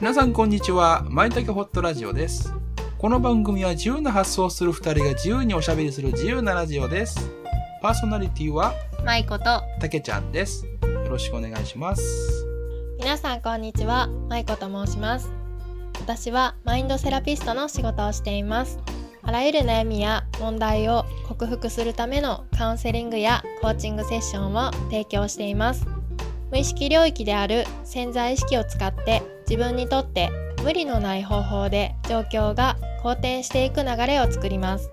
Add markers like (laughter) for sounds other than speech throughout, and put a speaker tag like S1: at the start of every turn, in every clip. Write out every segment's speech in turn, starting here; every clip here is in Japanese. S1: 皆さんこんにちは。まいたけホットラジオです。この番組は自由な発想をする二人が自由におしゃべりする自由なラジオです。パーソナリティは
S2: まいこと
S1: たけちゃんです。よろしくお願いします。
S2: 皆さんこんにちはまいこと申します私はマインドセラピストの仕事をしていますあらゆる悩みや問題を克服するためのカウンセリングやコーチングセッションを提供しています無意識領域である潜在意識を使って自分にとって無理のない方法で状況が好転していく流れを作ります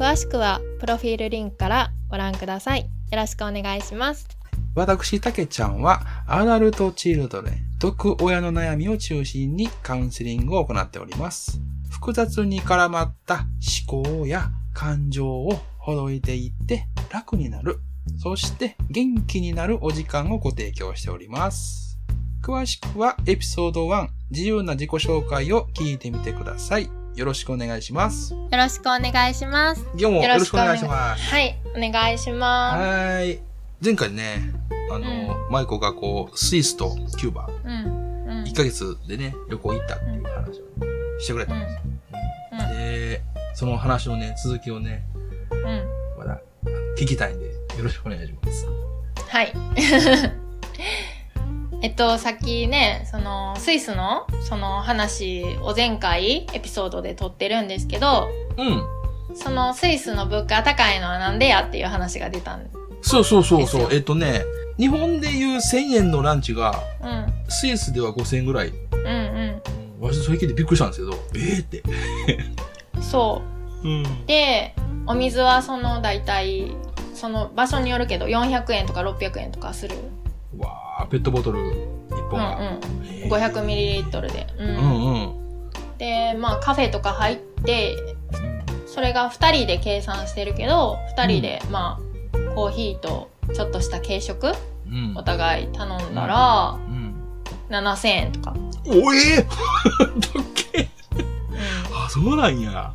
S2: 詳しくはプロフィールリンクからご覧くださいよろしくお願いします
S1: 私、たけちゃんはアダルトチルドレン、毒親の悩みを中心にカウンセリングを行っております。複雑に絡まった思考や感情をほどいていって楽になる。そして元気になるお時間をご提供しております。詳しくはエピソード1、自由な自己紹介を聞いてみてください。よろしくお願いします。
S2: よろしくお願いします
S1: 今日も
S2: よ
S1: よろ
S2: ろ
S1: し
S2: し
S1: く
S2: く
S1: お
S2: お
S1: 願
S2: 願
S1: い
S2: い
S1: し
S2: し
S1: ます。
S2: はい、お願いしま
S1: はーい。前回ね、あの、マイコがこう、スイスとキューバ、
S2: す。うん。うん。
S1: 1ヶ月でね、旅行行ったっていう話をしてくれたんですよ。
S2: うんうん
S1: で、その話のね、続きをね、
S2: うん。
S1: まだあの聞きたいんで、よろしくお願いします。
S2: はい。 (laughs) えっと、さっきね、その、スイスの、その話を前回、エピソードで撮ってるんですけど、
S1: うん。
S2: そのスイスの物価高いのはなんでやっていう話が出たんうん。
S1: そうそうそう
S2: です
S1: そう
S2: よ。
S1: えっとね、日本でいう1000円のランチが、スイスでは5000円ぐらい。
S2: うんう
S1: うん私それ聞いてびっくりしたんですけど、ええって。
S2: ん。そ
S1: うん。
S2: う。で、お水はその、大体、その場所によるけど、400円とか600円とかする。
S1: わあペットボトル1
S2: う
S1: 本
S2: んう
S1: が。
S2: ん。500ミリリットルで。
S1: う
S2: うん。
S1: んうん。
S2: で、まあ、カフェとか入って、それが2人で計算してるけど2人で、まあコーヒーとちょっとした軽食
S1: うん。
S2: お互い頼んだ
S1: う
S2: ら
S1: ん。
S2: 7000円とか、
S1: おえどっけ
S2: うんっ
S1: あ、そうなんや。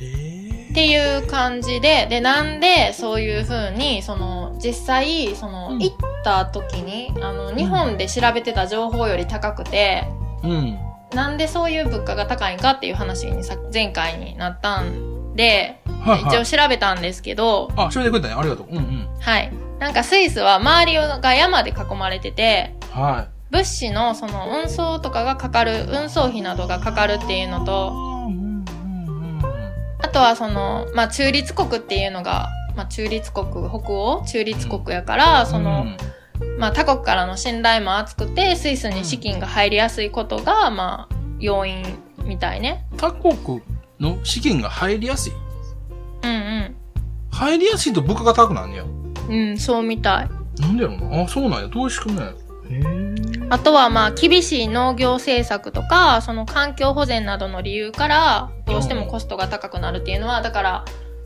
S1: へえ。
S2: ていう感じででなんでそういう風にその実際その、
S1: うん
S2: 行った時にあの日本で調べてた情報より高くて。
S1: うん。
S2: なんでそういう物価が高いんかっていう話にさ前回になったんで、
S1: はい、は
S2: 一応
S1: い。
S2: 調べたんですけど、
S1: あ、調べてくれたね。ありがとう。うんうん。
S2: はい。なんかスイスは周りが山で囲まれてて、
S1: は
S2: 物資のその運送とかがかかる運送費などがかかるっていうの
S1: い。
S2: と
S1: うんうんうん。
S2: あとはその、まあ、中立国っていうのが、まあ、中立国北欧中立国やからその、まあ、他国からの信頼も厚くてスイスに資金が入りやすいことが、まあ、要因みたいね。
S1: 他国の資金が入りやすい。
S2: うん
S1: 入りやすいと物価が高くなんねや。
S2: うん、うん、そうみたい
S1: なんでやろうな。あ、そうなんや。どうしくないへえ。
S2: あとはまあ厳しい農業政策とかその環境保全などの理由からどうしてもコストが高くなるっていうのはだから、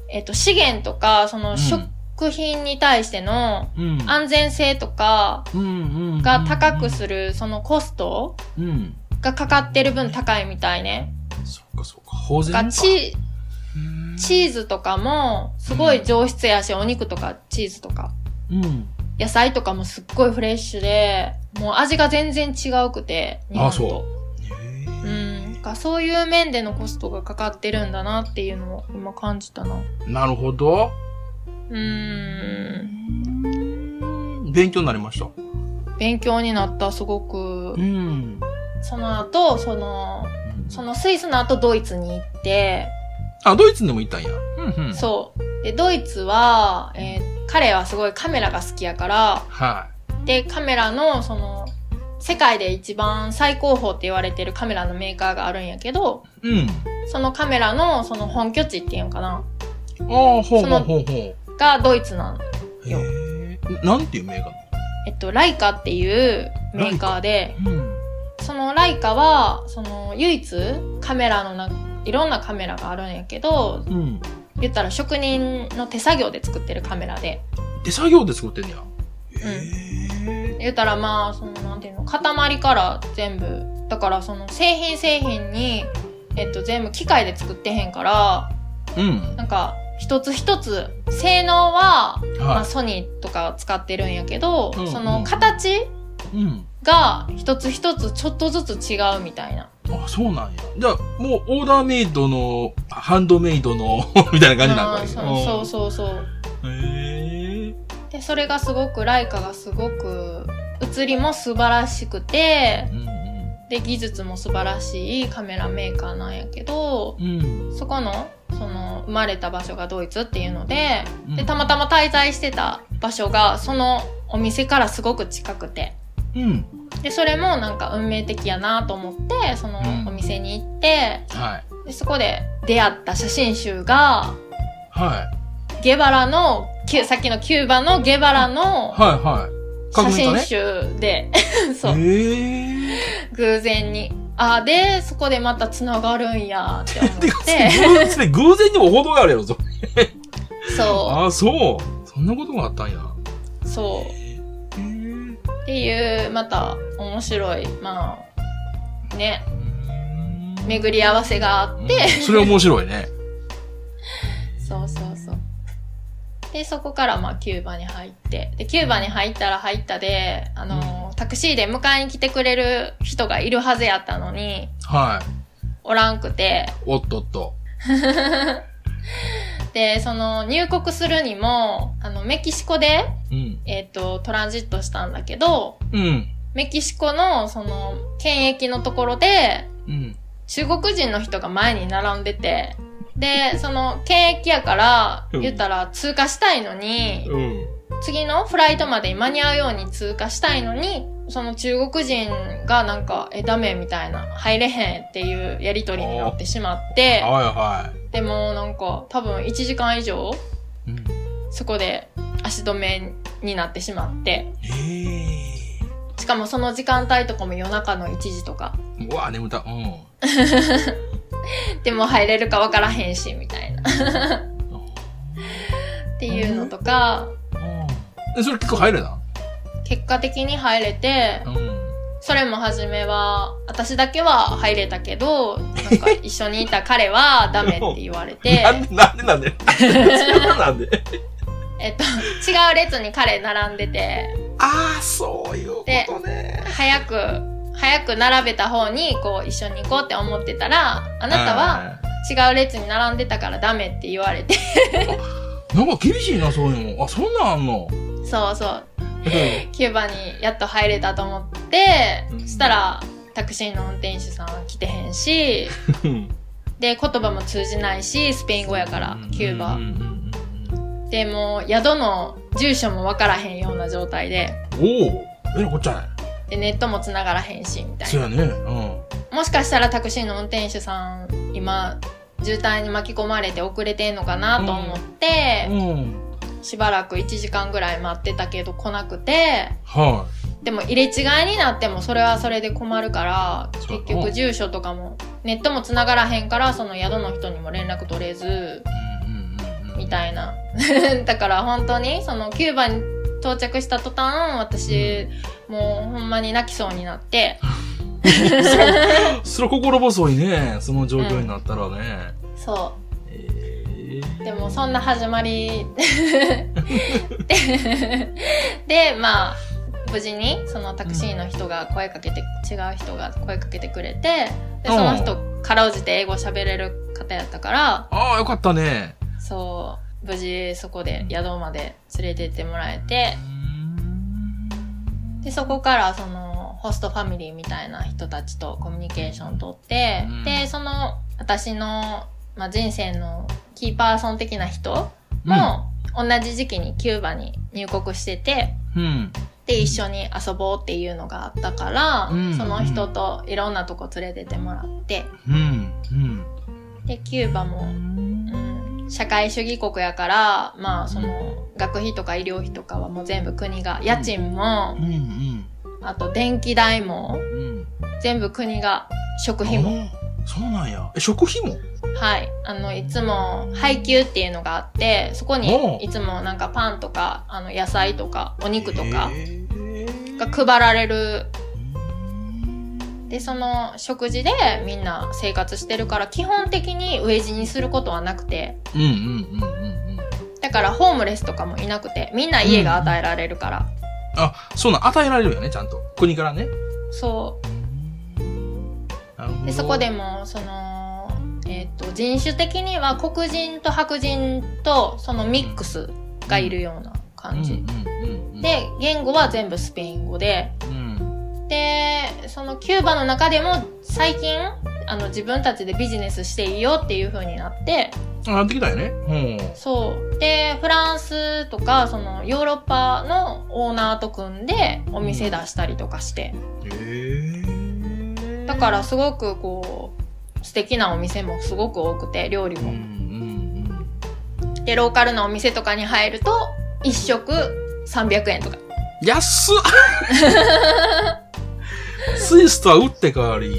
S2: えっと資源とかその食食品に対しての
S1: うん、うん、
S2: 安全性とか
S1: うんうん
S2: が高くす
S1: る。
S2: るそのコスト
S1: うん。
S2: がかかってる分高いみたいね。
S1: そっかそっか。法然
S2: が
S1: か。
S2: チ
S1: うん
S2: チーズとかもすごい上質やし、お肉とかチーズとか
S1: うん。
S2: 野菜とかもすっごいフレッシュでもう味が全然違うくて日本
S1: あ、
S2: と
S1: そう。
S2: う
S1: へ
S2: ん、なんかそういう面でのコストがかかってるんだなっていうのを今感じたな
S1: え。なるほど。
S2: うーん
S1: 勉強になりました。
S2: 勉強になったすごく
S1: ん。
S2: その後そのそのスイスの後ドイツに行って、
S1: あ、ドイツにも行ったんや。うんうん。
S2: そう。で、ドイツは、えー彼はすごいカメラが好きやから、
S1: は
S2: で、カメラの、その、世界で一番最高峰って言われてるカメラのメーカーがあるんやけど、
S1: い。うん。
S2: そのカメラの、その本拠地っていうんかな、
S1: ああ、ほうほう
S2: その
S1: ほうほう。
S2: がドイツなの。
S1: へえ。なんていうメーカ
S2: えっと、ライカっていうメーカーで、
S1: ーうん。
S2: そのライカは、その、唯一カメラのな、いろんなカメラがあるんやけど、
S1: うん。
S2: 言ったら職人の手作業で作ってるカメラで、
S1: 手作業で作ってんねや。へえ。
S2: 言うたらまあそのなんていうの塊から全部だからその製品製品に、えっと、全部機械で作ってへんから
S1: うん。
S2: なんか一つ一つ性能は、まあ、
S1: は
S2: ソニーとか使ってるんやけど、
S1: うん
S2: そ
S1: うん
S2: の形
S1: い。うん。
S2: が一つ一つちょっとずつ違うみたいな。
S1: あ、そうなんや。じゃあ、もうオーダーメイドの、ハンドメイドの、 (laughs) みたいな感じなん
S2: あー
S1: だ
S2: そうそうそうそう。
S1: う。へえ。
S2: でそれがすごくライカがすごく写りも素晴らしくて
S1: うん
S2: で技術も素晴らしいカメラメーカーなんやけど
S1: うん。うん。
S2: そこのその生まれた場所がドイツっていうので
S1: うん
S2: でたまたま滞在してた場所がそのお店からすごく近くて
S1: うん。
S2: でそれもなんか運命的やなと思ってその
S1: うん
S2: お店に行って
S1: はい。
S2: でそこで出会った写真集が
S1: はい。
S2: ゲバラのキュさっきのキューバのゲバラの
S1: はいはい。
S2: 写
S1: 確認と
S2: 真
S1: ね。
S2: 集で、そう、
S1: へえ。
S2: 偶然に。あーで、そこでまた繋がるんやって
S1: (laughs)
S2: 思って
S1: か、
S2: て、
S1: 偶然偶然にも程があるやろ、それ
S2: そ
S1: ああ、そう。そんなことがあったんや。
S2: う、そう、
S1: へー
S2: っていう、また面白い、まあ、ね、巡り合わせがあって、
S1: うんそれ面白いね。
S2: そうそうそう。で、そこからまあ、キューバに入って、で、キューバに入ったら入ったで、あのー、タクシーで迎えに来てくれる人がいるはずやったのに、
S1: はい。
S2: おらんくて、
S1: おっとっと。
S2: で、その、入国するにも、あの、メキシコで、
S1: うん。
S2: えっ、と、トランジットしたんだけど、
S1: うん。
S2: メキシコの、その、検疫のところで、
S1: うん。
S2: 中国人の人が前に並んでて、で、その、検疫やから、
S1: うん
S2: 言ったら通過したいのに、
S1: うん。
S2: 次のフライトまでに間に合うように通過したいのに、その中国人がなんか、え、ダメみたいな、入れへんっていうやりとりになってしまっ
S1: はい
S2: て、
S1: は
S2: でもなんか、多分1時間以上、
S1: い。うん。
S2: そこで足止めになってしまって、
S1: ええ
S2: しかもその時間帯とかも夜中の1時とか。
S1: うわ、眠た。うん。
S2: でも入れるかわからへんし、みたいな。っていうのとか、
S1: え、それ結構入れた
S2: 結果的に入れて、
S1: ん。
S2: それも初めは、私だけは入れたけど、なんか一緒にいた彼はダメって言われ
S1: (laughs)
S2: て、
S1: なんで、なんでなん
S2: (laughs)
S1: でそれはなんで
S2: えっと、違う列に彼並んでて、
S1: ああ、そういうことね。
S2: 早く、早く並べた方にこう一緒に行こうって思ってたら、あなたは違う列に並んでたからダメって言われて、
S1: はい。なんか厳しいな、そういうの。あ、そんなんあんの
S2: そうそう、
S1: うん
S2: キューバにやっと入れたと思って、
S1: うん
S2: したらタクシーの運転手さんは来てへんしで言葉も通じないしスペイン語やからキュー
S1: う
S2: バ
S1: んうんうんうん
S2: でもう宿の住所もわからへんような状態で
S1: おお、えらこっちゃね。
S2: でネットもつながらへんしみたい
S1: そう
S2: な
S1: やね。うん。
S2: もしかしたらタクシーの運転手さん今渋滞に巻き込まれて遅れてんのかなと思って、
S1: うん。
S2: しばらく1時間ぐらい待ってたけど来なくて
S1: は
S2: でも入れ違いになってもそれはそれで困るから
S1: そう
S2: 結局住所とかもネットも繋がらへんからその宿の人にも連絡取れず
S1: い。うんうんうんうん。
S2: みたいな (laughs) だから本当にそのキューバに到着した途端私もうほんまに泣きそうになって
S1: それ心細いね。その状況になったらね。
S2: そ
S1: え
S2: う
S1: ー
S2: でもそんな始
S1: (laughs)
S2: まりででまあ無事にそのタクシーの人が声かけて、違う人が声かけてくれてでその人かろうじて英語喋れる方やったから
S1: ああ、よかったね。
S2: そう無事そこで宿まで連れてってもらえてでそこからそのホストファミリーみたいな人たちとコミュニケーション取って、
S1: うん
S2: でその私の、まあ、人生のキーパーソン的な人
S1: うん、
S2: も、同じ時期にキューバに入国してて
S1: うん。
S2: で一緒に遊ぼうっていうのがあったから、
S1: うん
S2: その人といろんなとこ連れてってもらって
S1: うん。
S2: でキューバ
S1: う
S2: も、
S1: ん。
S2: うん、社会主義国やからまあその学費とか医療費とかはもう全部国が家賃も
S1: うん。うん。
S2: あと電気代も
S1: うん。
S2: 全部国が食費も
S1: あーそうなんや。え、食費も
S2: はいあのいつも配給っていうのがあってそこ
S1: おう
S2: にいつもなんかパンとかあの野菜とかお肉とか
S1: えー
S2: が配られる
S1: うん
S2: でその食事でみんな生活してるから基本的に飢え死にすることはなくて
S1: うんうんうんうんうん。
S2: だからホームレスとかもいなくてみんな家が与えられるから、
S1: あ、そうなん、与えられるよね、ちゃんと。国からね。
S2: そう
S1: なるほど
S2: でそこでもその、えー、と人種的には黒人と白人とそのミックスがいるような感じ、
S1: うんうんうんうん、
S2: で言語は全部スペイン語で
S1: うん、
S2: でそのキューバの中でも最近あの自分たちでビジネスしていいよっていう風になって
S1: あなってきたよね。うん
S2: そうでフランスとかそのヨーロッパのオーナーと組んでお店出したりとかして、
S1: へえ。
S2: だから、すごくこう素敵なお店もすごく多くて料理
S1: うんう
S2: も。
S1: ん
S2: でローカルのお店とかに入ると1食300円とか
S1: うん。
S2: (laughs)
S1: 安っスイスとは打って変わり、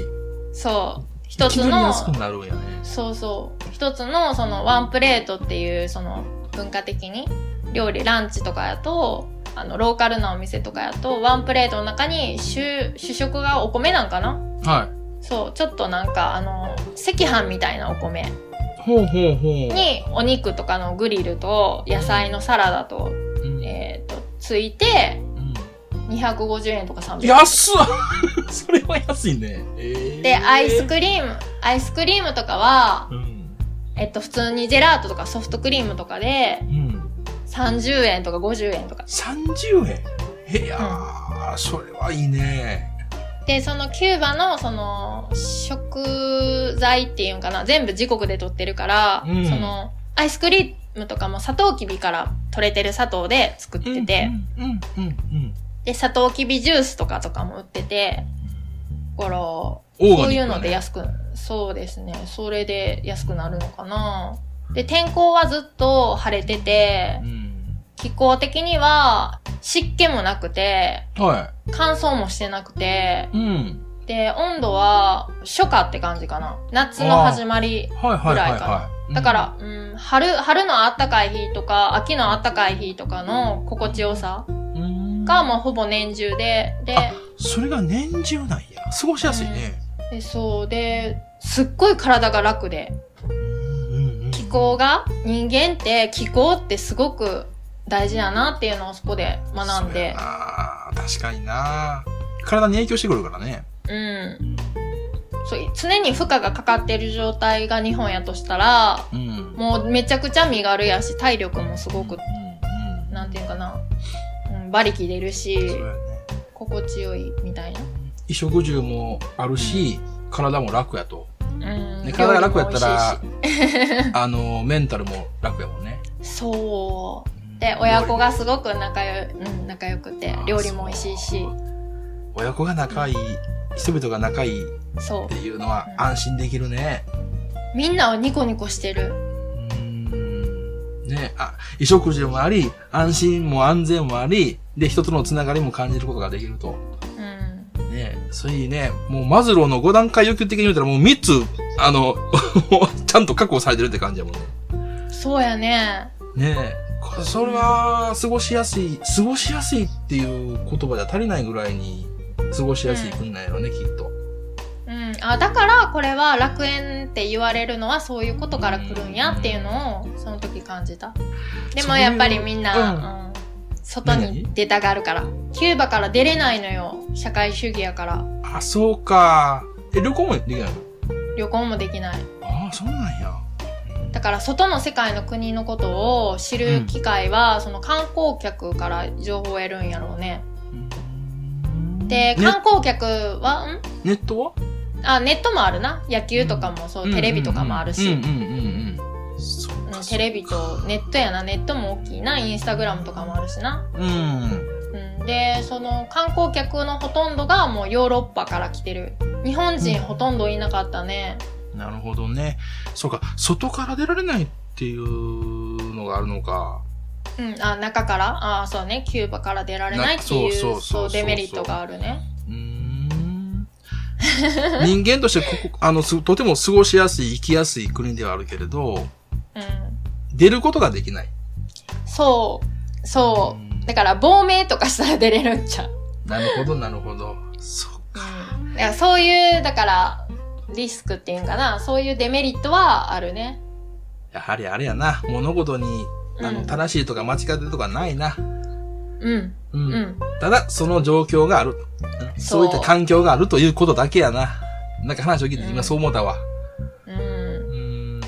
S2: そう一
S1: い
S2: つ
S1: きなり
S2: の
S1: 安くなるんやね。
S2: そうそう一つのそのワンプレートっていうその文化的に料理ランチとかやとあのローカルなお店とかやとワンプレートの中に主主食がお米なんかな
S1: はい。
S2: そうちょっとなんかあの赤飯みたいなお米
S1: ほうほうほう。
S2: にお肉とかのグリルと野菜のサラダと,、
S1: うん
S2: えー、とついて
S1: うん
S2: 250円とか300円
S1: 安っ (laughs) それは安いね。えー
S2: でアイスクリームアイスクリームとかは、
S1: うん。
S2: えっと、普通にジェラートとかソフトクリームとかで
S1: うん。
S2: 30円とか50円とか
S1: 30円へやー、それはいいね。
S2: でそのキューバのその食材っていうんかな全部自国で取ってるから、
S1: うん
S2: そのアイスクリームとかもサトウキビから取れてる砂糖で作ってて、
S1: うんうんうん
S2: でサトウキビジュースとかとかも売っててだから
S1: うん。
S2: そういうので
S1: や
S2: 安く、そうですね。それで安くなるのかな。で、天候はずっと晴れてて
S1: う、ん。
S2: 気候的には湿気もなくて、
S1: は
S2: 乾燥もしてなくて、
S1: い。うん。
S2: で、温度は初夏って感じかな。夏の始まり。
S1: はいはいはい
S2: ぐらい
S1: は
S2: か
S1: い。
S2: だから、うん、春、春の暖かい日とか、秋の暖かい日とかの心地よさ
S1: うん、
S2: がもうほぼ年中で、で、
S1: あそれが年中なんや。過ごしやすいね。
S2: でそうで、すっごい体が楽で。
S1: うんうん
S2: 気候が人間って気候ってすごく大事だなっていうのをそこで学んで
S1: ああ、確かにな。体に影響してくるからね。
S2: うんそう常に負荷がかかってる状態が日本やとしたら
S1: うん。
S2: もうめちゃくちゃ身軽やし体力もすご
S1: う
S2: く
S1: んうんうん
S2: なんていうかな、うん、馬力出るし
S1: そうやね。
S2: 心地よいみたいな。
S1: 衣食住もあるし、体も楽やと。
S2: うん、
S1: ね、体が楽やったら
S2: 料理
S1: (laughs)
S2: も、
S1: あの、メンタルも楽やもんね。
S2: 美味しいしそう
S1: うん
S2: で親子がすごく仲よ,、うん、仲良くて料理も美味しいし
S1: 親子が仲いい、人々が仲いいっ
S2: そう
S1: ていうのは安心できるね。
S2: みんなはニコニコしてる
S1: うんね、あ、衣食住もあり、安心も安全もあり、で、人とのつながりも感じることができると。
S2: うん
S1: ね、そういうね、もうマズローの5段階欲求的に言うたらもう3つ、あの、 (laughs) ちゃんと確保されてるって感じやもんね。
S2: そうやね。
S1: ねこれ、それは、過ごしやすい、過ごしやすいっていう言葉じゃ足りないぐらいに、過ごしやすい国なんやろね、きっと。
S2: うん、あだからこれは楽園って言われるのはそういうことから来るんやっていうのをその時感じたで
S1: そう
S2: も
S1: いう
S2: やっぱりみん
S1: うん
S2: な、うん外に出たがるからキューバから出れないのよ社会主義やから
S1: あ、そうか。え、旅行もできないの
S2: 旅行もできない
S1: ああ、そうなんや。
S2: だから外の世界の国のことを知る機会は、その観光客から情報を得るんやろうねで
S1: ね
S2: 観光客は、ん
S1: ネットは
S2: あネットもあるな野球とかもそう、テレビとかもあるし、
S1: うんうんうんうん。そうか
S2: うんテレビとネットやなネットも大きいなインスタグラムとかもあるしな、
S1: うん。
S2: うん、でその観光客のほとんどがもうヨーロッパから来てる日本人ほとんどいなかったね、
S1: なるほどね。そうか、外から出られないっていうのがあるのか。
S2: うんあ中からあそうねキューバから出られないってい
S1: なそうそうそうそ
S2: う
S1: う
S2: そうデメリットがあるね
S1: うーん人間としてここあのすとても過ごしやすい生きやすい国ではあるけれど
S2: うん
S1: 出ることができない
S2: そうそううんだから亡命とかしたら出れるんちゃう、
S1: なるほどなるほどそうか
S2: うん、だからそういうだからリスクっていうんかなそういうデメリットはあるね
S1: やはりあれやな物事にあの、
S2: うん
S1: 正しいとか間違ってるとかないな、
S2: うん。
S1: う
S2: うんん。
S1: ただ、その状況がある。そういった環境があるということだけやな。なんか話を聞いて
S2: うん
S1: 今そう思ったわ。
S2: うん。
S1: うん。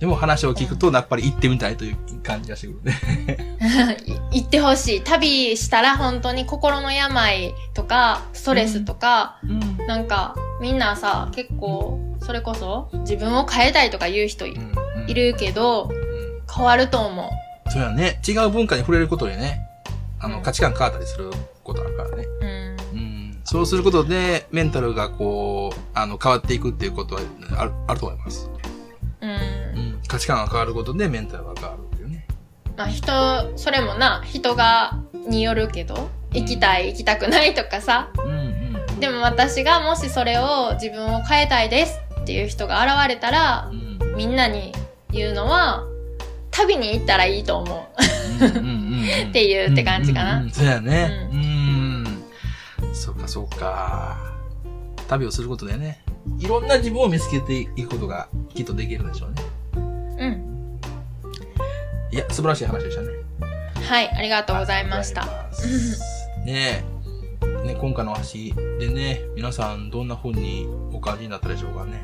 S1: でも話を聞くと、やっぱり行ってみたいという感じがしてくるね。
S2: (laughs) い行ってほしい。旅したら本当に心の病とか、ストレスとか、
S1: うん。
S2: なんか、みんなさ、結構、それこそ、自分を変えたいとか言う人いいるけど、
S1: うん。
S2: 変わると思
S1: そうやね。違う文化に触れることでね、あ
S2: う
S1: の、
S2: ん
S1: 価値観変わったりすることあるからね。
S2: う。うん。
S1: うん。そうすることで、メンタルがこう、あの、変わっていくっていうことはある、あると思います。う
S2: う。
S1: んん。価値観が変わることで、メンタルが変わるっていうね。
S2: まあ人、それもな、人が、によるけど、行きたい、行きたくないとかさ、
S1: うんうん。
S2: でも私がもしそれを自分を変えたいですっていう人が現れたら
S1: う、ん。
S2: みんなに言うのは、旅に行ったらいいと思う。
S1: っ
S2: っていうって感じかな
S1: そうやね。う。
S2: うん
S1: そうか、そうか。旅をすることでね、いろんな自分を見つけていくことがきっとできるでしょうね。
S2: うん。
S1: いや、素晴らしい話でしたね。
S2: はい、ありがとうございました。
S1: ありがとうございます。ねえ。ね、今回のお話でね、皆さんどんな風にお感じになったでしょうかね。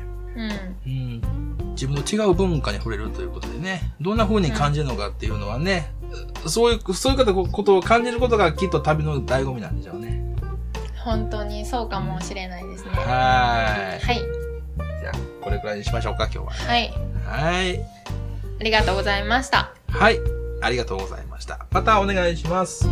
S2: う
S1: う
S2: ん。
S1: ん。自分の違う文化に触れるということでね、どんな風に感じるのかっていうのはね、そういう、そういうことを感じることがきっと旅の醍醐味なんでしょうね。
S2: 本当にそうかもしれないですね。
S1: はーい。
S2: はい、
S1: じゃあ、これくらいにしましょうか、今日
S2: はい、
S1: は。はい。
S2: ありがとうございました。
S1: はい。ありがとうございました。またお願いします。